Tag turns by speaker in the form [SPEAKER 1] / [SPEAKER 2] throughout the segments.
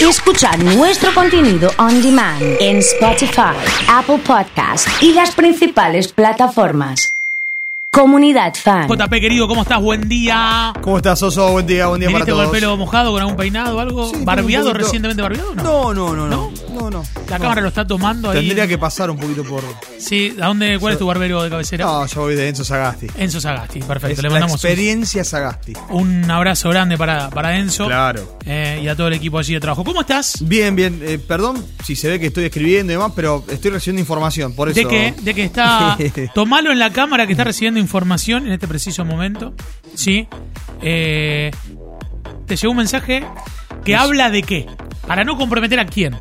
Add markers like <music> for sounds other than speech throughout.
[SPEAKER 1] y escuchar nuestro contenido on demand en Spotify, Apple Podcast y las principales plataformas. Comunidad Fan.
[SPEAKER 2] JP querido, ¿cómo estás? Buen día.
[SPEAKER 3] ¿Cómo estás, Soso? Buen día, buen día para
[SPEAKER 2] ¿Viniste con
[SPEAKER 3] todos.
[SPEAKER 2] el pelo mojado, con algún peinado o algo?
[SPEAKER 3] Sí,
[SPEAKER 2] ¿Barbeado,
[SPEAKER 3] tengo un poquito-
[SPEAKER 2] recientemente barbeado o no?
[SPEAKER 3] No, no, no, no. No, no.
[SPEAKER 2] La
[SPEAKER 3] no.
[SPEAKER 2] cámara lo está tomando ahí.
[SPEAKER 3] Tendría que pasar un poquito por.
[SPEAKER 2] Sí, ¿a dónde, ¿cuál es tu barbero de cabecera?
[SPEAKER 3] No, yo voy de Enzo Sagasti.
[SPEAKER 2] Enzo Sagasti, perfecto.
[SPEAKER 3] Es
[SPEAKER 2] Le
[SPEAKER 3] la
[SPEAKER 2] mandamos un-
[SPEAKER 3] experiencia Sagasti.
[SPEAKER 2] un, abrazo grande para, para Enzo.
[SPEAKER 3] Claro.
[SPEAKER 2] Eh, y a todo el equipo allí de trabajo. ¿Cómo estás?
[SPEAKER 3] Bien, bien. eh, perdón si se ve que estoy escribiendo y demás, pero estoy recibiendo información, por eso.
[SPEAKER 2] De que, de que
[SPEAKER 3] <laughs>
[SPEAKER 2] está. Tomalo en la cámara que está recibiendo información en este preciso momento. Sí. Eh, te llegó un mensaje que habla de qué. Para no comprometer a quién.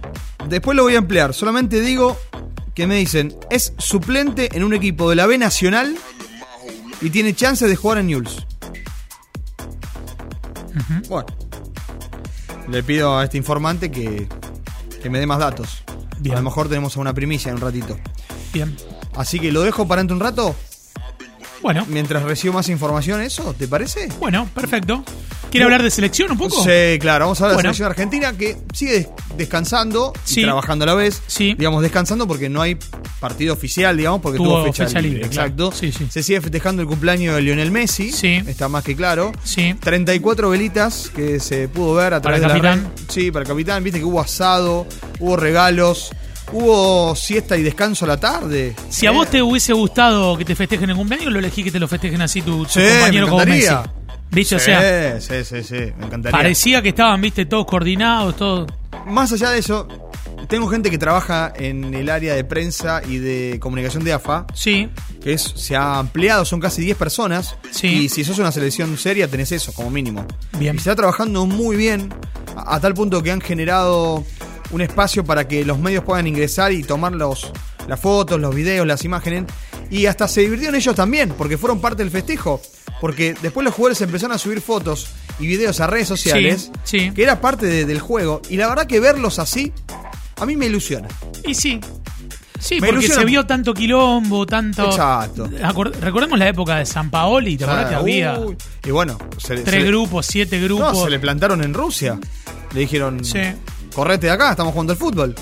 [SPEAKER 3] Después lo voy a emplear. Solamente digo que me dicen, es suplente en un equipo de la B Nacional y tiene chances de jugar en News. Bueno. Le pido a este informante que, que me dé más datos.
[SPEAKER 2] Bien.
[SPEAKER 3] A lo mejor tenemos una primicia en un ratito.
[SPEAKER 2] Bien.
[SPEAKER 3] Así que lo dejo para entre un rato
[SPEAKER 2] Bueno.
[SPEAKER 3] mientras recibo más información. ¿Eso te parece?
[SPEAKER 2] Bueno, perfecto. ¿Quiere hablar de selección un poco?
[SPEAKER 3] Sí, claro. Vamos a hablar
[SPEAKER 2] Bueno.
[SPEAKER 3] de la selección argentina que sigue des- descansando y
[SPEAKER 2] Sí.
[SPEAKER 3] trabajando a la vez.
[SPEAKER 2] Sí.
[SPEAKER 3] Digamos, descansando porque no hay partido oficial, digamos, porque
[SPEAKER 2] Tuvo
[SPEAKER 3] tuvo, fecha,
[SPEAKER 2] fecha
[SPEAKER 3] libre.
[SPEAKER 2] libre, claro.
[SPEAKER 3] Exacto.
[SPEAKER 2] Sí, sí.
[SPEAKER 3] Se sigue festejando el cumpleaños de Lionel Messi.
[SPEAKER 2] Sí.
[SPEAKER 3] Está más que claro.
[SPEAKER 2] Sí.
[SPEAKER 3] 34 velitas que se pudo ver a
[SPEAKER 2] Para el
[SPEAKER 3] través de la
[SPEAKER 2] capitán.
[SPEAKER 3] red. Sí, para el capitán. Viste que hubo asado, hubo regalos, hubo siesta y descanso a la tarde.
[SPEAKER 2] Si a vos te hubiese gustado que te festejen el cumpleaños, lo elegí que te lo festejen así tu, tu
[SPEAKER 3] Sí,
[SPEAKER 2] compañero
[SPEAKER 3] me
[SPEAKER 2] como Messi.
[SPEAKER 3] encantaría.
[SPEAKER 2] ¿Viste?
[SPEAKER 3] Sí,
[SPEAKER 2] o sea,
[SPEAKER 3] sí, sí, sí, me encantaría.
[SPEAKER 2] parecía que estaban, viste, todos coordinados, todos.
[SPEAKER 3] Más allá de eso, tengo gente que trabaja en el área de prensa y de comunicación de AFA,
[SPEAKER 2] Sí,
[SPEAKER 3] que es- se ha ampliado, son casi 10 personas.
[SPEAKER 2] Sí.
[SPEAKER 3] Y si sos una selección seria, tenés eso como mínimo.
[SPEAKER 2] Bien.
[SPEAKER 3] Y se está trabajando muy bien, a, a tal punto que han generado un espacio para que los medios puedan ingresar y tomar los, las fotos, los videos, las imágenes. Y hasta se divirtieron ellos también, porque fueron parte del festejo. Porque después los jugadores empezaron a subir fotos y videos a redes sociales,
[SPEAKER 2] Sí, sí.
[SPEAKER 3] que era parte de- del juego. Y la verdad que verlos así, a mí me ilusiona.
[SPEAKER 2] y sí. Sí,
[SPEAKER 3] Me
[SPEAKER 2] porque
[SPEAKER 3] ilusiona.
[SPEAKER 2] se vio tanto quilombo, tanto.
[SPEAKER 3] Exacto.
[SPEAKER 2] Acor- Recordemos la época de San Paoli, ¿te acordás que
[SPEAKER 3] Ah,
[SPEAKER 2] había
[SPEAKER 3] uy. Y bueno, se, le- se
[SPEAKER 2] tres
[SPEAKER 3] le-
[SPEAKER 2] grupos, siete
[SPEAKER 3] No,
[SPEAKER 2] grupos?
[SPEAKER 3] se le plantaron en Rusia. Le dijeron,
[SPEAKER 2] Sí.
[SPEAKER 3] correte de acá, estamos jugando al fútbol.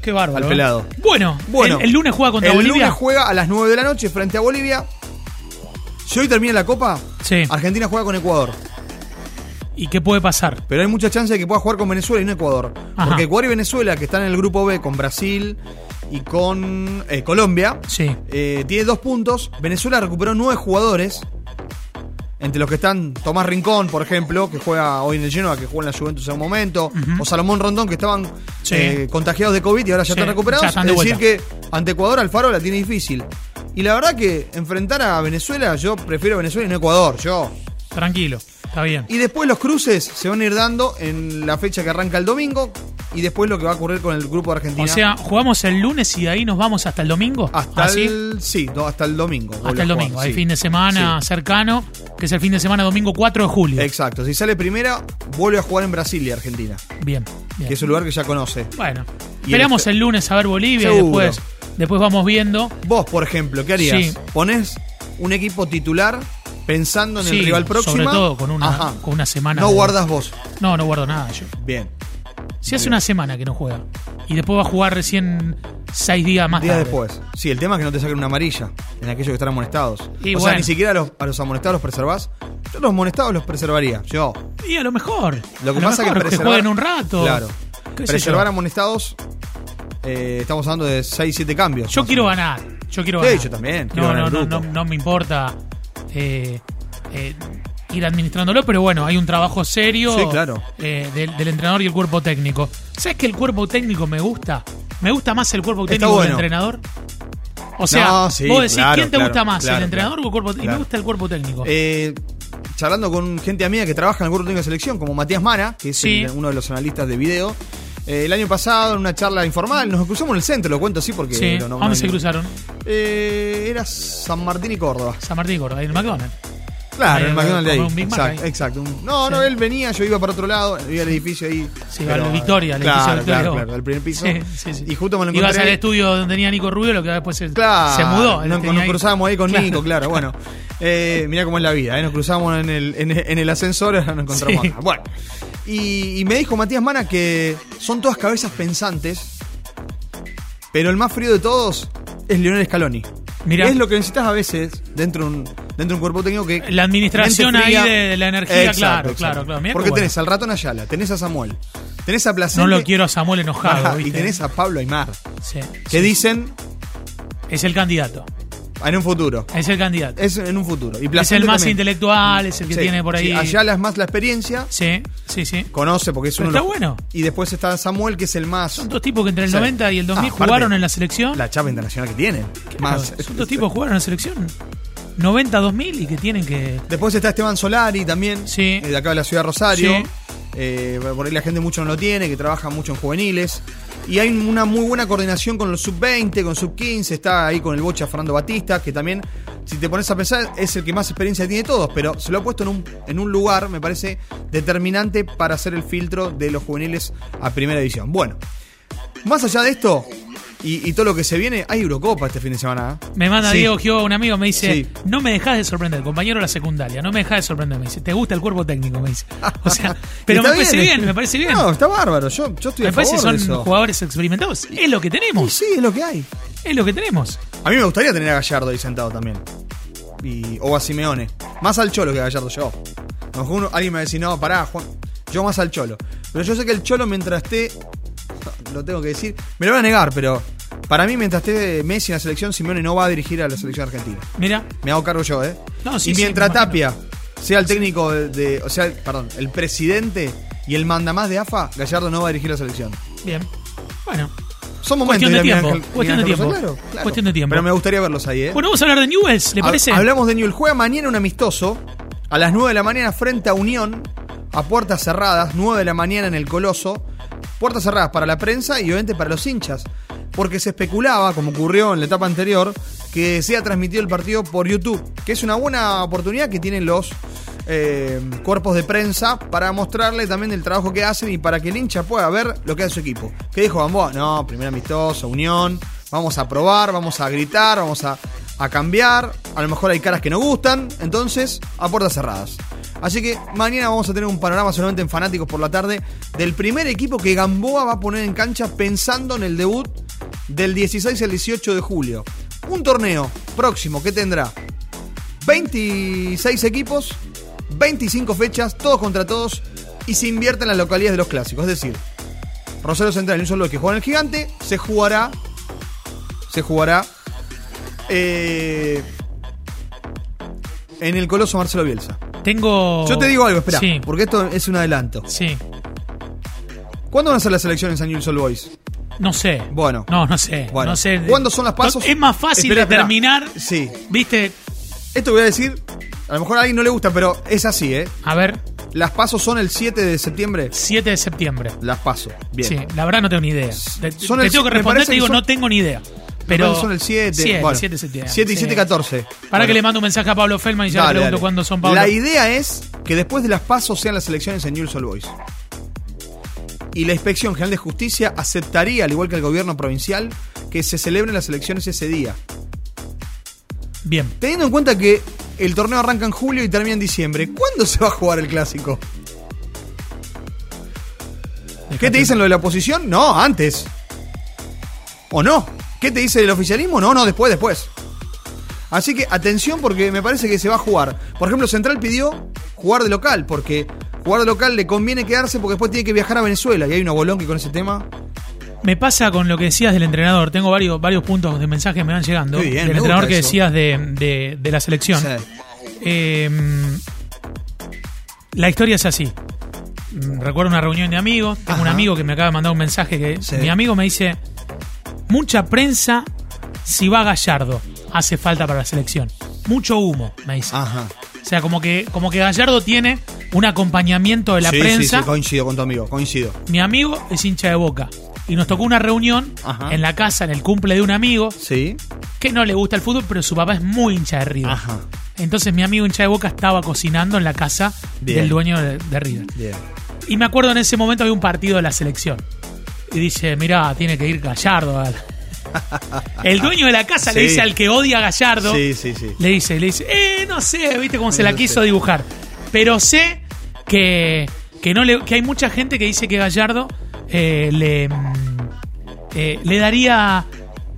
[SPEAKER 2] Qué bárbaro.
[SPEAKER 3] al
[SPEAKER 2] ¿eh?
[SPEAKER 3] pelado.
[SPEAKER 2] Bueno,
[SPEAKER 3] Bueno,
[SPEAKER 2] el, el lunes juega contra
[SPEAKER 3] el
[SPEAKER 2] Bolivia.
[SPEAKER 3] lunes juega a las 9 de la noche frente a Bolivia. Si hoy termina la Copa,
[SPEAKER 2] Sí.
[SPEAKER 3] Argentina juega con Ecuador.
[SPEAKER 2] ¿Y qué puede pasar?
[SPEAKER 3] Pero hay mucha chance de que pueda jugar con Venezuela y no Ecuador.
[SPEAKER 2] Ajá.
[SPEAKER 3] Porque Ecuador y Venezuela, que están en el grupo B con Brasil y con eh, Colombia,
[SPEAKER 2] Sí.
[SPEAKER 3] eh, tiene dos puntos. Venezuela recuperó nueve jugadores. Entre los que están Tomás Rincón, por ejemplo, que juega hoy en el Genoa, que jugó en la Juventus en un momento, o Salomón Rondón, que estaban
[SPEAKER 2] Sí.
[SPEAKER 3] eh, contagiados de COVID y ahora ya
[SPEAKER 2] Sí,
[SPEAKER 3] están recuperados.
[SPEAKER 2] ya están de
[SPEAKER 3] es decir,
[SPEAKER 2] vuelta.
[SPEAKER 3] que ante Ecuador Alfaro la tiene difícil. Y la verdad que enfrentar a Venezuela, yo prefiero Venezuela y no Ecuador, yo.
[SPEAKER 2] Tranquilo, está bien.
[SPEAKER 3] Y después los cruces se van a ir dando en la fecha que arranca el domingo y después lo que va a ocurrir con el grupo de Argentina.
[SPEAKER 2] O sea, jugamos el lunes y de ahí nos vamos hasta el domingo.
[SPEAKER 3] hasta
[SPEAKER 2] ¿Así?
[SPEAKER 3] el sí, no, hasta el domingo.
[SPEAKER 2] Hasta
[SPEAKER 3] vuelve a
[SPEAKER 2] el
[SPEAKER 3] jugar,
[SPEAKER 2] domingo, el
[SPEAKER 3] sí.
[SPEAKER 2] fin de semana
[SPEAKER 3] Sí.
[SPEAKER 2] cercano, que es el fin de semana domingo 4 de julio.
[SPEAKER 3] Exacto, si sale primera, vuelve a jugar en Brasil y Argentina,
[SPEAKER 2] bien, bien.
[SPEAKER 3] que es un lugar que ya conoce.
[SPEAKER 2] Bueno,
[SPEAKER 3] Y
[SPEAKER 2] esperamos
[SPEAKER 3] el-
[SPEAKER 2] el lunes a ver Bolivia
[SPEAKER 3] Seguro.
[SPEAKER 2] y después, después vamos viendo.
[SPEAKER 3] Vos, por ejemplo, ¿qué harías?
[SPEAKER 2] Sí.
[SPEAKER 3] ¿Ponés un equipo titular pensando en
[SPEAKER 2] Sí,
[SPEAKER 3] el rival próximo?
[SPEAKER 2] sobre todo con una- con una semana
[SPEAKER 3] No
[SPEAKER 2] de-
[SPEAKER 3] guardas vos.
[SPEAKER 2] No, no guardo nada yo.
[SPEAKER 3] Bien.
[SPEAKER 2] Si hace una semana que no juega y después va a jugar recién seis días más
[SPEAKER 3] Días
[SPEAKER 2] tarde.
[SPEAKER 3] después. Sí, el tema es que no te saquen una amarilla en aquellos que están amonestados.
[SPEAKER 2] Y
[SPEAKER 3] o sea,
[SPEAKER 2] bueno.
[SPEAKER 3] ni siquiera a los, a los amonestados los preservás. Yo los amonestados los preservaría. Yo.
[SPEAKER 2] Y a lo mejor.
[SPEAKER 3] Lo que
[SPEAKER 2] a
[SPEAKER 3] pasa es que
[SPEAKER 2] mejor,
[SPEAKER 3] preservar,
[SPEAKER 2] jueguen un rato.
[SPEAKER 3] Claro.
[SPEAKER 2] Qué sé
[SPEAKER 3] Preservar
[SPEAKER 2] yo.
[SPEAKER 3] amonestados. eh, estamos hablando de 6, 7 cambios.
[SPEAKER 2] Yo
[SPEAKER 3] más
[SPEAKER 2] quiero
[SPEAKER 3] o menos.
[SPEAKER 2] ganar. Yo quiero
[SPEAKER 3] Sí,
[SPEAKER 2] ganar.
[SPEAKER 3] yo también, quiero
[SPEAKER 2] No,
[SPEAKER 3] ganar
[SPEAKER 2] no,
[SPEAKER 3] el
[SPEAKER 2] no, no,
[SPEAKER 3] grupo.
[SPEAKER 2] no me importa eh, eh, ir administrándolo, pero bueno, hay un trabajo serio
[SPEAKER 3] Sí, claro.
[SPEAKER 2] eh, del, del entrenador y el cuerpo técnico. ¿Sabes que el cuerpo técnico me gusta? Me gusta más el cuerpo
[SPEAKER 3] Está
[SPEAKER 2] técnico que el
[SPEAKER 3] bueno.
[SPEAKER 2] entrenador. O sea,
[SPEAKER 3] No, sí,
[SPEAKER 2] vos decís,
[SPEAKER 3] claro,
[SPEAKER 2] ¿quién te
[SPEAKER 3] claro,
[SPEAKER 2] gusta más?
[SPEAKER 3] claro,
[SPEAKER 2] ¿El entrenador
[SPEAKER 3] claro.
[SPEAKER 2] o el cuerpo técnico? Y
[SPEAKER 3] Claro.
[SPEAKER 2] me gusta el cuerpo técnico.
[SPEAKER 3] Eh, charlando con gente amiga que trabaja en el cuerpo técnico de selección, como Matías Mana, que es
[SPEAKER 2] Sí.
[SPEAKER 3] el- uno de los analistas de video. eh, el año pasado, en una charla informal, nos cruzamos en el centro, lo cuento así porque.
[SPEAKER 2] sí,
[SPEAKER 3] no- no-
[SPEAKER 2] ¿a dónde
[SPEAKER 3] no-
[SPEAKER 2] se cruzaron?
[SPEAKER 3] Eh, era San Martín y Córdoba.
[SPEAKER 2] San Martín y Córdoba, ahí en el McDonald's.
[SPEAKER 3] Claro,
[SPEAKER 2] Ahí,
[SPEAKER 3] el McDonald's
[SPEAKER 2] como
[SPEAKER 3] ahí.
[SPEAKER 2] un Big Mac
[SPEAKER 3] exacto,
[SPEAKER 2] ahí.
[SPEAKER 3] exacto. Un- No, no,
[SPEAKER 2] Sí.
[SPEAKER 3] él venía, yo iba para otro lado, iba al edificio ahí.
[SPEAKER 2] Sí,
[SPEAKER 3] pero-
[SPEAKER 2] al Victoria, al edificio
[SPEAKER 3] claro,
[SPEAKER 2] Victoria.
[SPEAKER 3] Claro, claro, al primer piso.
[SPEAKER 2] Sí, sí, sí.
[SPEAKER 3] Y justo me lo
[SPEAKER 2] Ibas
[SPEAKER 3] encontré.
[SPEAKER 2] al estudio donde tenía Nico Rubio, lo que después se,
[SPEAKER 3] Claro,
[SPEAKER 2] se mudó. Él
[SPEAKER 3] Nos,
[SPEAKER 2] tenía
[SPEAKER 3] nos
[SPEAKER 2] ahí-
[SPEAKER 3] cruzamos ahí con
[SPEAKER 2] Claro.
[SPEAKER 3] Nico,
[SPEAKER 2] <laughs>
[SPEAKER 3] claro. Bueno, eh, mirá cómo es la vida, ¿eh? nos cruzamos en el, en, el- en el ascensor, ahora nos encontramos
[SPEAKER 2] Sí.
[SPEAKER 3] acá. Bueno, Y, y me dijo Matías Mana que son todas cabezas pensantes, pero el más frío de todos es Lionel Scaloni.
[SPEAKER 2] Mirá.
[SPEAKER 3] Es lo que necesitas a veces dentro de un, dentro de un cuerpo técnico que...
[SPEAKER 2] La administración
[SPEAKER 3] mente fría.
[SPEAKER 2] ahí de, de la energía,
[SPEAKER 3] Exacto,
[SPEAKER 2] claro,
[SPEAKER 3] exacto.
[SPEAKER 2] claro, claro. Mirá qué
[SPEAKER 3] Porque
[SPEAKER 2] bueno.
[SPEAKER 3] tenés al ratón Ayala, tenés a Samuel, tenés a Placente...
[SPEAKER 2] No lo quiero a Samuel enojado,
[SPEAKER 3] Pará,
[SPEAKER 2] ¿viste?
[SPEAKER 3] Y tenés a Pablo Aymar,
[SPEAKER 2] Sí,
[SPEAKER 3] que
[SPEAKER 2] sí.
[SPEAKER 3] dicen
[SPEAKER 2] Es el candidato.
[SPEAKER 3] en un futuro.
[SPEAKER 2] Es el candidato.
[SPEAKER 3] Es en un futuro. Y
[SPEAKER 2] Es
[SPEAKER 3] Placente
[SPEAKER 2] el más
[SPEAKER 3] también.
[SPEAKER 2] intelectual, es el que
[SPEAKER 3] Sí,
[SPEAKER 2] tiene por ahí.
[SPEAKER 3] sí, Ayala es más la experiencia,
[SPEAKER 2] Sí, sí, sí.
[SPEAKER 3] conoce porque es
[SPEAKER 2] Pero
[SPEAKER 3] uno de
[SPEAKER 2] está
[SPEAKER 3] los-
[SPEAKER 2] bueno.
[SPEAKER 3] Y después está Samuel, que es el más...
[SPEAKER 2] Son dos tipos que entre el
[SPEAKER 3] Sí.
[SPEAKER 2] 90 y el 2000
[SPEAKER 3] Ah, aparte,
[SPEAKER 2] jugaron en la selección.
[SPEAKER 3] La chapa internacional que tiene.
[SPEAKER 2] Claro,
[SPEAKER 3] Más,
[SPEAKER 2] son dos tipos que jugaron en la selección. 90-2000 y que tienen que.
[SPEAKER 3] Después está Esteban Solari también,
[SPEAKER 2] Sí.
[SPEAKER 3] eh, de acá de la ciudad de Rosario.
[SPEAKER 2] Sí.
[SPEAKER 3] Eh, por ahí la gente mucho no lo tiene, que trabaja mucho en juveniles. Y hay una muy buena coordinación con los sub-20, con sub-15, está ahí con el bocha Fernando Batista, que también, si te pones a pensar, es el que más experiencia tiene de todos, pero se lo ha puesto en un, en un lugar, me parece, determinante para hacer el filtro de los juveniles a primera división. Bueno, más allá de esto y, y todo lo que se viene, hay Eurocopa este fin de semana. ¿eh?
[SPEAKER 2] Me manda
[SPEAKER 3] Sí.
[SPEAKER 2] Diego Gio, un amigo, me dice:
[SPEAKER 3] Sí.
[SPEAKER 2] No me dejas de sorprender, compañero de la secundaria, no me dejas de sorprender. Me dice: Te gusta el cuerpo técnico, me dice. O
[SPEAKER 3] <laughs>
[SPEAKER 2] sea, <laughs> pero me
[SPEAKER 3] Está
[SPEAKER 2] parece bien, me parece bien.
[SPEAKER 3] No, está bárbaro, yo, yo estoy
[SPEAKER 2] me
[SPEAKER 3] a
[SPEAKER 2] parece que
[SPEAKER 3] favor
[SPEAKER 2] son
[SPEAKER 3] de eso.
[SPEAKER 2] jugadores experimentados. Es lo que
[SPEAKER 3] Y
[SPEAKER 2] tenemos.
[SPEAKER 3] sí, es lo que hay.
[SPEAKER 2] Es lo que tenemos.
[SPEAKER 3] A mí me gustaría tener a Gallardo ahí sentado también. Y, o a Simeone. Más al Cholo que a Gallardo yo. A lo mejor uno- alguien me va a decir, no, pará, Juan. Yo más al Cholo. Pero yo sé que el Cholo mientras esté. <laughs> Lo tengo que decir. Me lo van a negar, pero. Para mí, mientras esté Messi en la selección, Simeone no va a dirigir a la selección argentina.
[SPEAKER 2] Mira,
[SPEAKER 3] Me hago cargo yo, ¿eh?
[SPEAKER 2] No, sí,
[SPEAKER 3] y
[SPEAKER 2] sí,
[SPEAKER 3] mientras
[SPEAKER 2] me imagino.
[SPEAKER 3] Tapia sea el técnico de, de- O sea, el- perdón, el presidente y el mandamás de AFA, Gallardo no va a dirigir la selección.
[SPEAKER 2] bien. Bueno.
[SPEAKER 3] Son momentos
[SPEAKER 2] Cuestión de
[SPEAKER 3] dirá Miguel
[SPEAKER 2] tiempo,
[SPEAKER 3] Ángel-
[SPEAKER 2] cuestión
[SPEAKER 3] Miguel
[SPEAKER 2] de tiempo.
[SPEAKER 3] Ángel Rosa, Claro, claro.
[SPEAKER 2] Cuestión de tiempo.
[SPEAKER 3] Pero me gustaría verlos ahí, ¿eh?
[SPEAKER 2] Bueno, vamos a hablar de Newells, ¿le
[SPEAKER 3] Ha-
[SPEAKER 2] parece?
[SPEAKER 3] Hablamos de Newell. Juega mañana un amistoso a las 9 de la mañana frente a Unión, a puertas cerradas, 9 de la mañana en el Coloso. Puertas cerradas para la prensa y obviamente para los hinchas. Porque se especulaba, como ocurrió en la etapa anterior, que sea transmitido el partido por YouTube. Que es una buena oportunidad que tienen los eh, cuerpos de prensa para mostrarle también el trabajo que hacen y para que el hincha pueda ver lo que hace su equipo. ¿Qué dijo Gamboa? No, primer amistoso, Unión. Vamos a probar, vamos a gritar, vamos a, a cambiar. A lo mejor hay caras que no gustan. Entonces, a puertas cerradas. Así que mañana vamos a tener un panorama solamente en Fanáticos por la tarde del primer equipo que Gamboa va a poner en cancha pensando en el debut del 16 al 18 de julio. Un torneo próximo que tendrá 26 equipos, 25 fechas, todos contra todos, y se invierte en las localidades de los clásicos. Es decir, Rosario Central y un solo que juega en el gigante, se jugará. Se jugará. eh, en el Coloso Marcelo Bielsa.
[SPEAKER 2] Tengo.
[SPEAKER 3] Yo te digo algo, espera,
[SPEAKER 2] Oh, Sí,
[SPEAKER 3] porque esto es un adelanto.
[SPEAKER 2] sí.
[SPEAKER 3] ¿Cuándo van a ser las elecciones en New Soul Boys?
[SPEAKER 2] No sé.
[SPEAKER 3] Bueno.
[SPEAKER 2] No, no sé.
[SPEAKER 3] Bueno.
[SPEAKER 2] No sé.
[SPEAKER 3] ¿Cuándo son las pasos?
[SPEAKER 2] Es más fácil
[SPEAKER 3] Espera, espera.
[SPEAKER 2] determinar.
[SPEAKER 3] Sí.
[SPEAKER 2] ¿Viste?
[SPEAKER 3] Esto que voy a decir, a lo mejor a alguien no le gusta, pero es así, ¿eh?
[SPEAKER 2] A ver,
[SPEAKER 3] Las pasos son el 7 de septiembre.
[SPEAKER 2] 7 de septiembre.
[SPEAKER 3] Las paso. Bien.
[SPEAKER 2] Sí, la verdad no tengo ni idea. Te,
[SPEAKER 3] Son
[SPEAKER 2] te
[SPEAKER 3] el-
[SPEAKER 2] tengo que
[SPEAKER 3] me
[SPEAKER 2] responder, te
[SPEAKER 3] parece que
[SPEAKER 2] digo,
[SPEAKER 3] son-
[SPEAKER 2] no tengo ni idea. Pero.
[SPEAKER 3] Pero son el 7.
[SPEAKER 2] 7,
[SPEAKER 3] bueno,
[SPEAKER 2] 7 de septiembre.
[SPEAKER 3] 7 y 7, 14.
[SPEAKER 2] Para que
[SPEAKER 3] Bueno,
[SPEAKER 2] le mando un mensaje a Pablo Feldman y ya
[SPEAKER 3] dale,
[SPEAKER 2] le pregunto
[SPEAKER 3] dale.
[SPEAKER 2] cuándo son Pablo.
[SPEAKER 3] La idea es que después de las pasos sean las elecciones en Newell's Old Boys. Y la Inspección General de Justicia aceptaría, al igual que el gobierno provincial, que se celebren las elecciones ese día.
[SPEAKER 2] Bien.
[SPEAKER 3] Teniendo en cuenta que el torneo arranca en julio y termina en diciembre, ¿cuándo se va a jugar el clásico? ¿Qué te dicen lo de la oposición? No, antes. ¿O no? ¿Qué te dice el oficialismo? No, no, después, después. Así que atención porque me parece que se va a jugar. Por ejemplo, Central pidió jugar de local porque jugar de local le conviene quedarse porque después tiene que viajar a Venezuela y hay una bolonqui con ese tema.
[SPEAKER 2] Me pasa con lo que decías del entrenador. Tengo varios, varios puntos de mensajes que me van llegando.
[SPEAKER 3] Qué bien,
[SPEAKER 2] del
[SPEAKER 3] me
[SPEAKER 2] entrenador
[SPEAKER 3] gusta
[SPEAKER 2] que
[SPEAKER 3] eso.
[SPEAKER 2] decías de, de- de la selección. Eh, la historia es así. Mm, Recuerdo una reunión de amigos. Tengo un
[SPEAKER 3] Ajá.
[SPEAKER 2] amigo que me acaba de mandar un mensaje que
[SPEAKER 3] Sí.
[SPEAKER 2] mi amigo me dice: Mucha prensa si va Gallardo. Hace falta para la selección. Mucho humo, me dice.
[SPEAKER 3] Ajá.
[SPEAKER 2] O sea, como que, como que Gallardo tiene un acompañamiento de la
[SPEAKER 3] Sí,
[SPEAKER 2] prensa
[SPEAKER 3] sí, sí, coincido con tu amigo, coincido.
[SPEAKER 2] mi amigo es hincha de Boca. Y nos tocó una reunión
[SPEAKER 3] Ajá.
[SPEAKER 2] en la casa, en el cumple de un amigo,
[SPEAKER 3] Sí.
[SPEAKER 2] que no le gusta el fútbol, pero su papá es muy hincha de River.
[SPEAKER 3] Ajá.
[SPEAKER 2] Entonces mi amigo hincha de Boca estaba cocinando en la casa
[SPEAKER 3] Bien.
[SPEAKER 2] del dueño de, de River.
[SPEAKER 3] Bien.
[SPEAKER 2] Y me acuerdo en ese momento había un partido de la selección. Y dice, mirá, tiene que ir Gallardo.
[SPEAKER 3] <laughs>
[SPEAKER 2] a la-". El dueño de la casa le
[SPEAKER 3] Sí.
[SPEAKER 2] dice al que odia a Gallardo,
[SPEAKER 3] Sí, sí, sí.
[SPEAKER 2] le dice, le dice, eh, no sé, viste cómo se la
[SPEAKER 3] No sé.
[SPEAKER 2] quiso dibujar. Pero sé que que, no le, que hay mucha gente que dice que Gallardo eh, le, mm, eh, le daría,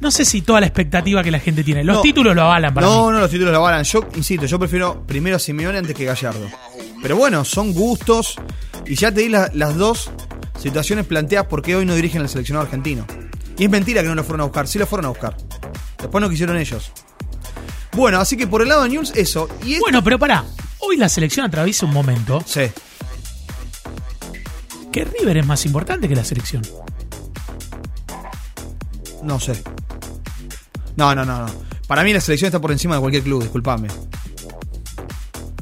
[SPEAKER 2] no sé si toda la expectativa que la gente tiene. Los
[SPEAKER 3] No.
[SPEAKER 2] títulos lo avalan para
[SPEAKER 3] no,
[SPEAKER 2] mí.
[SPEAKER 3] no, los títulos la avalan. Yo, insisto, yo prefiero primero a Simeone antes que Gallardo. Pero bueno, son gustos. Y ya te di la- las dos situaciones planteadas por qué hoy no dirigen al seleccionado argentino. Y es mentira que no lo fueron a buscar. Sí lo fueron a buscar. Después no quisieron ellos. Bueno, así que por el lado de News, eso. Y es-
[SPEAKER 2] Bueno, pero pará. Hoy la selección atraviesa un momento
[SPEAKER 3] Sí.
[SPEAKER 2] que River es más importante que la selección.
[SPEAKER 3] No sé. No, no, no, no. Para mí la selección está por encima de cualquier club, disculpame.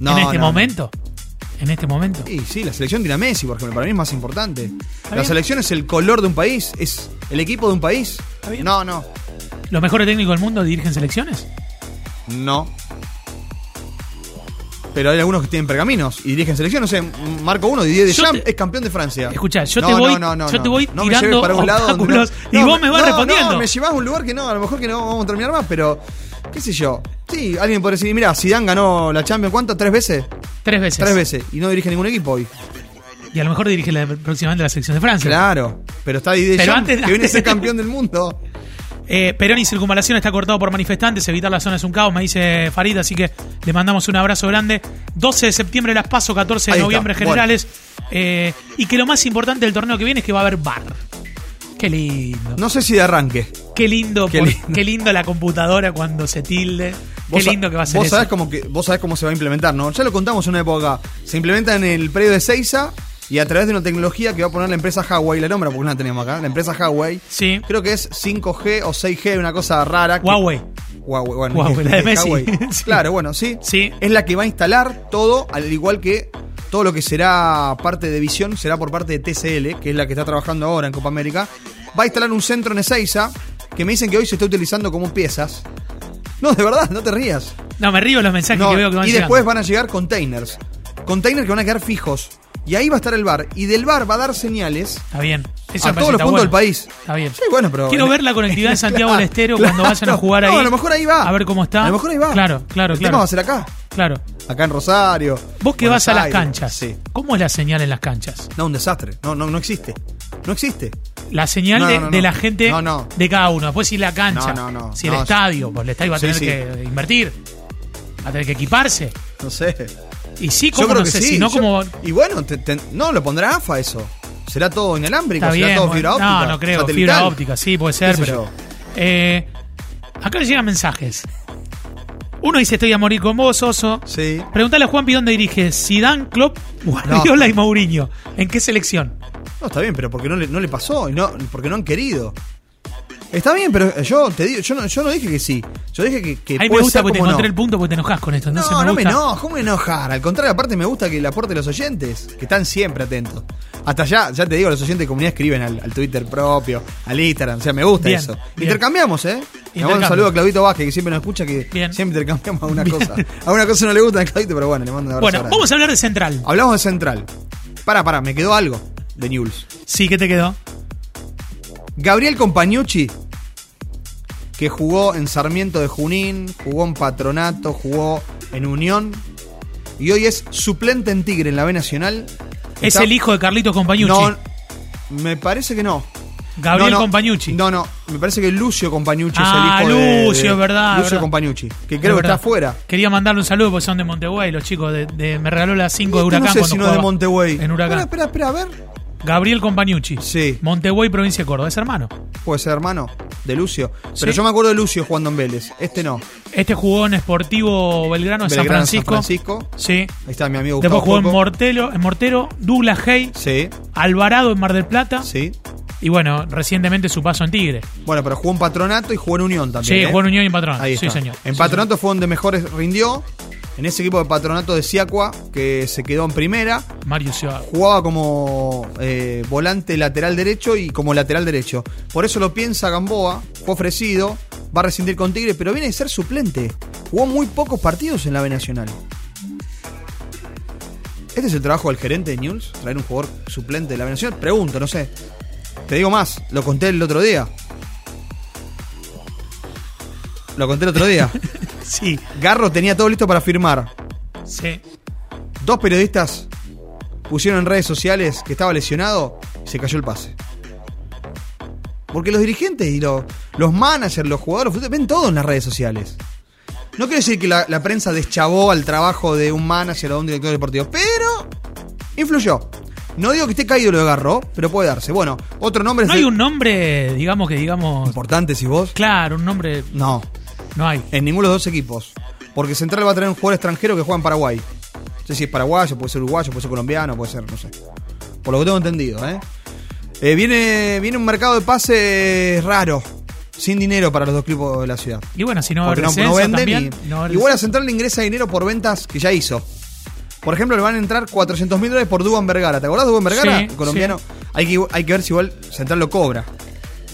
[SPEAKER 3] No,
[SPEAKER 2] en este
[SPEAKER 3] no.
[SPEAKER 2] momento. En este momento.
[SPEAKER 3] Sí, sí, la selección tiene a Messi, por ejemplo, para mí es más importante. La
[SPEAKER 2] bien.
[SPEAKER 3] selección es el color de un país, es el equipo de un país.
[SPEAKER 2] bien.
[SPEAKER 3] No, no,
[SPEAKER 2] ¿Los mejores técnicos del mundo dirigen selecciones?
[SPEAKER 3] no. Pero hay algunos que tienen pergaminos y dirigen selección. No sé, Marco 1, Didier
[SPEAKER 2] Yo
[SPEAKER 3] Deschamps
[SPEAKER 2] te-
[SPEAKER 3] es campeón de Francia.
[SPEAKER 2] Escuchá, yo
[SPEAKER 3] No,
[SPEAKER 2] te
[SPEAKER 3] no,
[SPEAKER 2] voy-
[SPEAKER 3] no, no,
[SPEAKER 2] yo
[SPEAKER 3] no.
[SPEAKER 2] te voy
[SPEAKER 3] No me
[SPEAKER 2] tirando
[SPEAKER 3] lleves para un lado donde no-
[SPEAKER 2] obstáculos y
[SPEAKER 3] no,
[SPEAKER 2] vos me vas
[SPEAKER 3] no,
[SPEAKER 2] respondiendo.
[SPEAKER 3] No, me llevas a un lugar que no, a lo mejor que no vamos a terminar más, pero qué sé yo. Sí, alguien podría decir, mira, Zidane ganó la Champions, ¿cuántas? ¿Tres veces?
[SPEAKER 2] Tres veces.
[SPEAKER 3] Tres veces y no dirige ningún equipo hoy.
[SPEAKER 2] Y a lo mejor dirige la, próximamente la selección de Francia.
[SPEAKER 3] Claro, pero está Didier
[SPEAKER 2] Pero
[SPEAKER 3] Deschamps,
[SPEAKER 2] antes-
[SPEAKER 3] que viene a ser campeón del mundo.
[SPEAKER 2] Eh, Perón y circunvalación está cortado por manifestantes. Evitar la zona es un caos, me dice Farid. Así que le mandamos un abrazo grande. 12 de septiembre las paso, 14 de
[SPEAKER 3] Ahí está,
[SPEAKER 2] noviembre
[SPEAKER 3] bueno.
[SPEAKER 2] generales. Eh, y que lo más importante del torneo que viene es que va a haber bar. Qué lindo.
[SPEAKER 3] No sé si de arranque.
[SPEAKER 2] Qué lindo,
[SPEAKER 3] Qué
[SPEAKER 2] por-
[SPEAKER 3] lindo.
[SPEAKER 2] qué lindo la computadora cuando se tilde. Qué
[SPEAKER 3] Vos sa-
[SPEAKER 2] lindo que va a ser
[SPEAKER 3] vos
[SPEAKER 2] eso.
[SPEAKER 3] Sabés cómo que, vos sabés cómo se va a implementar, ¿no? Ya lo contamos en una época. Se implementa en el predio de Seiza y a través de una tecnología que va a poner la empresa Huawei, la nombra porque no la tenemos acá, la empresa Huawei.
[SPEAKER 2] Sí.
[SPEAKER 3] Creo que es 5G o 6G, una cosa rara. que-
[SPEAKER 2] Huawei.
[SPEAKER 3] Huawei, bueno. este,
[SPEAKER 2] Huawei, la de Messi.
[SPEAKER 3] Huawei.
[SPEAKER 2] <laughs> Sí.
[SPEAKER 3] Claro, bueno, sí.
[SPEAKER 2] Sí.
[SPEAKER 3] Es la que va a instalar todo, al igual que todo lo que será parte de visión, será por parte de TCL, que es la que está trabajando ahora en Copa América. Va a instalar un centro en Ezeiza, que me dicen que hoy se está utilizando como piezas. No, de verdad, no te rías.
[SPEAKER 2] No, me río los mensajes
[SPEAKER 3] No,
[SPEAKER 2] que veo que van
[SPEAKER 3] y después
[SPEAKER 2] llegando.
[SPEAKER 3] van a llegar containers. Containers que van a quedar fijos. Y ahí va a estar el bar. Y del bar va a dar señales.
[SPEAKER 2] Está bien. Eso
[SPEAKER 3] a
[SPEAKER 2] me parece
[SPEAKER 3] todos los
[SPEAKER 2] está
[SPEAKER 3] puntos
[SPEAKER 2] bueno.
[SPEAKER 3] del país.
[SPEAKER 2] Está bien.
[SPEAKER 3] Sí, bueno, pero-
[SPEAKER 2] Quiero ver la
[SPEAKER 3] <laughs>
[SPEAKER 2] conectividad de Santiago
[SPEAKER 3] Claro,
[SPEAKER 2] del Estero
[SPEAKER 3] Ah, claro.
[SPEAKER 2] cuando vayan a jugar
[SPEAKER 3] No,
[SPEAKER 2] ahí.
[SPEAKER 3] a lo mejor ahí va.
[SPEAKER 2] A ver cómo está.
[SPEAKER 3] A lo mejor ahí va.
[SPEAKER 2] Claro, claro,
[SPEAKER 3] El tema
[SPEAKER 2] claro.
[SPEAKER 3] va a ser acá.
[SPEAKER 2] Claro.
[SPEAKER 3] Acá en Rosario.
[SPEAKER 2] Vos que
[SPEAKER 3] Buenos
[SPEAKER 2] vas a las
[SPEAKER 3] Aires.
[SPEAKER 2] canchas,
[SPEAKER 3] Sí.
[SPEAKER 2] ¿cómo es la señal en las canchas?
[SPEAKER 3] No, un desastre. No, no, no existe. No existe.
[SPEAKER 2] La señal
[SPEAKER 3] No,
[SPEAKER 2] de,
[SPEAKER 3] no, no.
[SPEAKER 2] de la gente
[SPEAKER 3] No, no.
[SPEAKER 2] de cada uno. Después si la cancha,
[SPEAKER 3] No, no, no.
[SPEAKER 2] si el
[SPEAKER 3] No,
[SPEAKER 2] estadio, pues el estadio va a
[SPEAKER 3] Sí,
[SPEAKER 2] tener
[SPEAKER 3] sí.
[SPEAKER 2] que invertir, va a tener que equiparse.
[SPEAKER 3] No sé.
[SPEAKER 2] Y sí, como no sé, si no
[SPEAKER 3] Yo-
[SPEAKER 2] como...
[SPEAKER 3] Y bueno, te- te- no, lo pondrá AFA eso. Será todo inalámbrico,
[SPEAKER 2] Está
[SPEAKER 3] será
[SPEAKER 2] bien,
[SPEAKER 3] todo
[SPEAKER 2] bueno.
[SPEAKER 3] fibra óptica.
[SPEAKER 2] no, no creo,
[SPEAKER 3] satelital.
[SPEAKER 2] fibra óptica, sí, puede ser,
[SPEAKER 3] sé
[SPEAKER 2] pero...
[SPEAKER 3] yo.
[SPEAKER 2] Eh, acá llegan mensajes. Uno dice, estoy a morir con vos, Oso.
[SPEAKER 3] Sí.
[SPEAKER 2] Preguntale a Juanpi dónde dirige Zidane, Klopp, <laughs> Guardiola y Mourinho. ¿En qué selección?
[SPEAKER 3] No, está bien, pero porque no le, no le pasó y no, porque no han querido. Está bien, pero yo te digo, yo no, yo no dije que sí. Yo dije que, que
[SPEAKER 2] Ahí me
[SPEAKER 3] Eh, puede
[SPEAKER 2] gusta
[SPEAKER 3] ser
[SPEAKER 2] porque te
[SPEAKER 3] como
[SPEAKER 2] encontré
[SPEAKER 3] no.
[SPEAKER 2] el punto porque te enojas con esto. entonces
[SPEAKER 3] No,
[SPEAKER 2] me
[SPEAKER 3] no me
[SPEAKER 2] gusta.
[SPEAKER 3] enojo, ¿cómo me enojar? Al contrario, aparte me gusta que el aporte de los oyentes, que están siempre atentos. Hasta ya, ya te digo, los oyentes de comunidad escriben al, al Twitter propio, al Instagram, o sea, me gusta
[SPEAKER 2] Bien,
[SPEAKER 3] eso.
[SPEAKER 2] bien.
[SPEAKER 3] Intercambiamos, ¿eh? Le mando un
[SPEAKER 2] Intercambio.
[SPEAKER 3] saludo a Claudito Vázquez, que siempre nos escucha, que
[SPEAKER 2] Bien.
[SPEAKER 3] siempre intercambiamos alguna cosa. A una cosa no le gusta a Claudito, pero bueno, le mando un abrazo.
[SPEAKER 2] Bueno,
[SPEAKER 3] grande.
[SPEAKER 2] vamos a hablar de Central.
[SPEAKER 3] Hablamos de Central. Pará, pará, me quedó algo de News.
[SPEAKER 2] Sí, ¿qué te quedó?
[SPEAKER 3] Gabriel Compañucci, que jugó en Sarmiento de Junín, jugó en Patronato, jugó en Unión y hoy es suplente en Tigre en la B Nacional.
[SPEAKER 2] Es
[SPEAKER 3] Está-
[SPEAKER 2] el hijo de Carlitos Compañucci.
[SPEAKER 3] No, me parece que no.
[SPEAKER 2] Gabriel
[SPEAKER 3] No, no.
[SPEAKER 2] Compañucci.
[SPEAKER 3] No, no, me parece que Lucio Compañucci
[SPEAKER 2] Ah,
[SPEAKER 3] es el hijo de- de-
[SPEAKER 2] Lucio, es verdad,
[SPEAKER 3] Lucio
[SPEAKER 2] verdad.
[SPEAKER 3] Compañucci, que
[SPEAKER 2] Es
[SPEAKER 3] creo que
[SPEAKER 2] verdad.
[SPEAKER 3] está afuera.
[SPEAKER 2] Quería mandarle un saludo porque son de Montegüey, los chicos. De, de- me regaló las 5 de
[SPEAKER 3] Este
[SPEAKER 2] Huracán.
[SPEAKER 3] no sé
[SPEAKER 2] cuando
[SPEAKER 3] si no es de
[SPEAKER 2] jugaba
[SPEAKER 3] Montegüey.
[SPEAKER 2] En Huracán.
[SPEAKER 3] Espera, espera, espera, a ver.
[SPEAKER 2] Gabriel Compañucci.
[SPEAKER 3] Sí.
[SPEAKER 2] Montegüey, provincia de Córdoba. Es hermano.
[SPEAKER 3] Puede ser hermano de Lucio. Pero
[SPEAKER 2] Sí.
[SPEAKER 3] yo me acuerdo de Lucio jugando en Vélez. Este no.
[SPEAKER 2] Este jugó en Sportivo Belgrano de San
[SPEAKER 3] Belgrano,
[SPEAKER 2] Francisco. Sí.
[SPEAKER 3] Ahí está mi amigo
[SPEAKER 2] Después
[SPEAKER 3] Gustavo
[SPEAKER 2] jugó en
[SPEAKER 3] Coco.
[SPEAKER 2] Mortelo, en Mortero, Douglas Hay,
[SPEAKER 3] Sí,
[SPEAKER 2] Alvarado en Mar del Plata.
[SPEAKER 3] sí.
[SPEAKER 2] Y bueno, recientemente su paso en Tigre.
[SPEAKER 3] Bueno, pero jugó en Patronato y jugó en Unión también.
[SPEAKER 2] Sí,
[SPEAKER 3] ¿eh?
[SPEAKER 2] jugó en Unión y en Patronato.
[SPEAKER 3] Ahí
[SPEAKER 2] Sí,
[SPEAKER 3] está.
[SPEAKER 2] señor.
[SPEAKER 3] En
[SPEAKER 2] Sí,
[SPEAKER 3] Patronato fue donde mejores rindió. En ese equipo de Patronato de Siacua, que se quedó en primera.
[SPEAKER 2] señor. Mario Ciudad.
[SPEAKER 3] Jugaba como eh, volante lateral derecho y como lateral derecho. Por eso lo piensa Gamboa. Fue ofrecido. Va a rescindir con Tigre, pero viene de ser suplente. Jugó muy pocos partidos en la B Nacional. ¿Este es el trabajo del gerente de News? ¿Traer un jugador suplente de la B Nacional? Pregunto, no sé. Te digo más, lo conté el otro día. Lo conté el otro día.
[SPEAKER 2] Sí,
[SPEAKER 3] Garro tenía todo listo para firmar.
[SPEAKER 2] sí.
[SPEAKER 3] Dos periodistas pusieron en redes sociales que estaba lesionado y se cayó el pase. Porque los dirigentes y los, los managers, los jugadores, de fútbol, ven todo en las redes sociales. No quiero decir que la, la prensa deschavó al trabajo de un manager o de un director deportivo, pero influyó. No digo que esté caído lo de Garro, pero puede darse. Bueno, otro nombre es
[SPEAKER 2] No hay un nombre, digamos que digamos.
[SPEAKER 3] importante si vos.
[SPEAKER 2] Claro, un nombre.
[SPEAKER 3] No,
[SPEAKER 2] No hay.
[SPEAKER 3] en ninguno de los dos equipos. Porque Central va a tener un jugador extranjero que juega en Paraguay. No sé si es paraguayo, puede ser uruguayo, puede ser colombiano, puede ser, no sé. Por lo que tengo entendido, ¿eh? Eh, viene, viene un mercado de pases raro. Sin dinero para los dos clubes de la ciudad.
[SPEAKER 2] Y bueno, si no va a
[SPEAKER 3] Porque
[SPEAKER 2] haber
[SPEAKER 3] no, no
[SPEAKER 2] descenso
[SPEAKER 3] venden.
[SPEAKER 2] también,
[SPEAKER 3] y-
[SPEAKER 2] no va a haber
[SPEAKER 3] igual a
[SPEAKER 2] descenso.
[SPEAKER 3] Central le ingresa dinero por ventas que ya hizo. Por ejemplo, le van a entrar 400 mil dólares por Duban Vergara. ¿Te acordás de Duban Vergara?
[SPEAKER 2] Sí,
[SPEAKER 3] El colombiano.
[SPEAKER 2] sí.
[SPEAKER 3] Hay, que, hay que ver si igual Central lo cobra.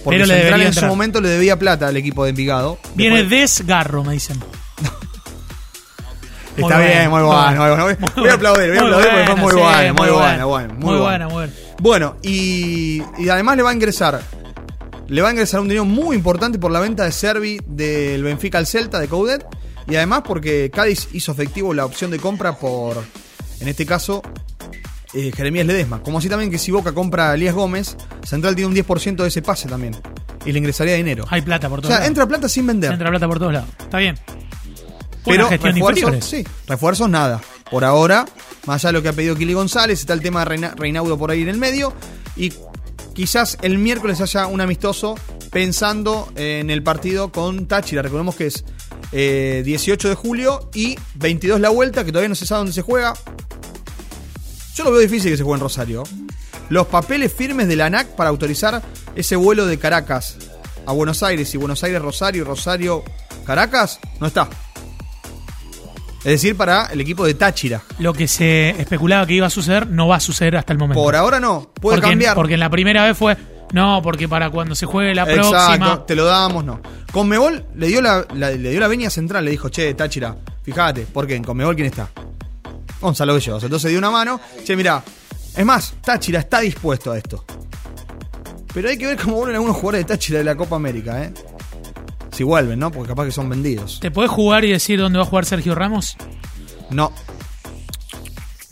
[SPEAKER 3] Porque
[SPEAKER 2] Pero le
[SPEAKER 3] Central
[SPEAKER 2] debería
[SPEAKER 3] en su
[SPEAKER 2] entrar.
[SPEAKER 3] momento le debía plata al equipo de Envigado.
[SPEAKER 2] Viene
[SPEAKER 3] Después-
[SPEAKER 2] desgarro, me dicen.
[SPEAKER 3] Está
[SPEAKER 2] Muy
[SPEAKER 3] bien, muy
[SPEAKER 2] bueno,
[SPEAKER 3] bueno, muy bueno. Voy, voy a aplaudir, voy a aplaudir porque fue muy
[SPEAKER 2] buena, sí,
[SPEAKER 3] bueno, muy bueno, bueno,
[SPEAKER 2] muy buena, muy buena.
[SPEAKER 3] Bueno, y, y además le va a ingresar. Le va a ingresar un dinero muy importante por la venta de Servi del Benfica al Celta de Coudet. Y además porque Cádiz hizo efectivo la opción de compra por, en este caso, eh, Jeremías Ledesma. Como así también que si Boca compra a Elías Gómez, Central tiene un 10% de ese pase también. Y le ingresaría dinero.
[SPEAKER 2] Hay plata por
[SPEAKER 3] o
[SPEAKER 2] todos
[SPEAKER 3] sea,
[SPEAKER 2] lados.
[SPEAKER 3] entra plata sin vender.
[SPEAKER 2] Entra plata por todos lados. Está bien. Buena
[SPEAKER 3] Pero
[SPEAKER 2] gestión de
[SPEAKER 3] refuerzos,
[SPEAKER 2] inferiores.
[SPEAKER 3] sí, refuerzos nada. Por ahora, más allá de lo que ha pedido Kili González, está el tema de Reina- Reinaudo por ahí en el medio. Y quizás el miércoles haya un amistoso pensando en el partido con Táchira. Recordemos que es eh, 18 de julio y 22 la vuelta, que todavía no se sabe dónde se juega. Yo lo veo difícil que se juegue en Rosario. Los papeles firmes de la ANAC para autorizar ese vuelo de Caracas a Buenos Aires y Buenos Aires Rosario, Rosario Caracas, no está. Es decir, para el equipo de Táchira.
[SPEAKER 2] Lo que se especulaba que iba a suceder no va a suceder hasta el momento.
[SPEAKER 3] Por ahora no, puede
[SPEAKER 2] porque, en-
[SPEAKER 3] cambiar.
[SPEAKER 2] Porque en la primera vez fue. No, porque para cuando se juegue la
[SPEAKER 3] Exacto,
[SPEAKER 2] próxima.
[SPEAKER 3] te lo dábamos, no. Conmebol le dio la, la- le dio la venia central, le dijo, che, Táchira, fíjate, porque en Conmebol quién está. Gonzalo Belloso. Entonces dio una mano, che, mira, es más, Táchira está dispuesto a esto. Pero hay que ver cómo vuelven algunos jugadores de Táchira de la Copa América, ¿eh? Si vuelven, ¿no? Porque capaz que son vendidos.
[SPEAKER 2] ¿Te podés jugar y decir dónde va a jugar Sergio Ramos?
[SPEAKER 3] No.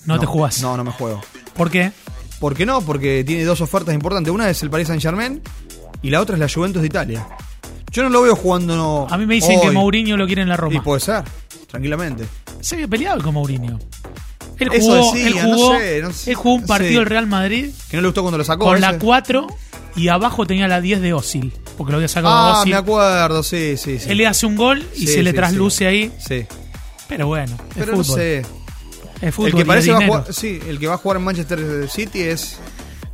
[SPEAKER 2] No, te jugás.
[SPEAKER 3] No, no me juego.
[SPEAKER 2] ¿Por qué?
[SPEAKER 3] ¿Por qué no? Porque tiene dos ofertas importantes. Una es el Paris Saint Germain y la otra es la Juventus de Italia. Yo no lo veo jugando. no,
[SPEAKER 2] A mí me dicen que
[SPEAKER 3] hoy.
[SPEAKER 2] Mourinho lo quiere en la
[SPEAKER 3] Y
[SPEAKER 2] Roma.
[SPEAKER 3] puede ser, tranquilamente.
[SPEAKER 2] Se había peleado con Mourinho. Él
[SPEAKER 3] Eso
[SPEAKER 2] jugó,
[SPEAKER 3] decía,
[SPEAKER 2] él
[SPEAKER 3] no
[SPEAKER 2] jugó,
[SPEAKER 3] sé, no sé,
[SPEAKER 2] él jugó un
[SPEAKER 3] no
[SPEAKER 2] partido
[SPEAKER 3] sé.
[SPEAKER 2] del Real Madrid
[SPEAKER 3] Que no le gustó cuando lo sacó.
[SPEAKER 2] con
[SPEAKER 3] ese.
[SPEAKER 2] la 4 y abajo tenía la 10 de Osil. Porque lo había sacado
[SPEAKER 3] Ah,
[SPEAKER 2] Özil.
[SPEAKER 3] me acuerdo, sí, sí, sí.
[SPEAKER 2] Él le hace un gol y
[SPEAKER 3] Sí,
[SPEAKER 2] se le
[SPEAKER 3] sí,
[SPEAKER 2] trasluce
[SPEAKER 3] sí.
[SPEAKER 2] ahí.
[SPEAKER 3] Sí.
[SPEAKER 2] Pero bueno, es
[SPEAKER 3] Pero no
[SPEAKER 2] fútbol.
[SPEAKER 3] sé.
[SPEAKER 2] Es fútbol.
[SPEAKER 3] el que
[SPEAKER 2] y
[SPEAKER 3] parece
[SPEAKER 2] es
[SPEAKER 3] va a
[SPEAKER 2] dinero.
[SPEAKER 3] jugar, sí, el que va a jugar en Manchester City es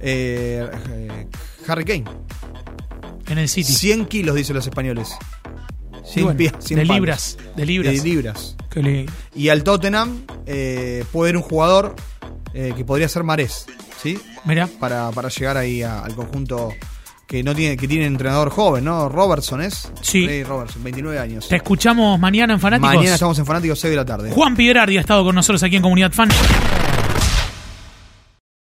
[SPEAKER 3] eh, eh, Harry Kane.
[SPEAKER 2] en el City.
[SPEAKER 3] 100 kilos, dicen los españoles. 100,
[SPEAKER 2] Y bueno,
[SPEAKER 3] pi- 100
[SPEAKER 2] de
[SPEAKER 3] palos.
[SPEAKER 2] libras. De libras.
[SPEAKER 3] De libras.
[SPEAKER 2] Que le-
[SPEAKER 3] Y al Tottenham eh, puede ir un jugador eh, que podría ser Marés, ¿sí?
[SPEAKER 2] mirá,
[SPEAKER 3] Para, para llegar ahí a- al conjunto que no tiene que tiene entrenador joven, ¿no? Robertson es.
[SPEAKER 2] Sí.
[SPEAKER 3] Ray Robertson, 29 años.
[SPEAKER 2] te escuchamos mañana en Fanáticos.
[SPEAKER 3] Mañana estamos en Fanáticos 6 de la tarde.
[SPEAKER 2] Juan Piderardi ha estado con nosotros aquí en Comunidad Fan.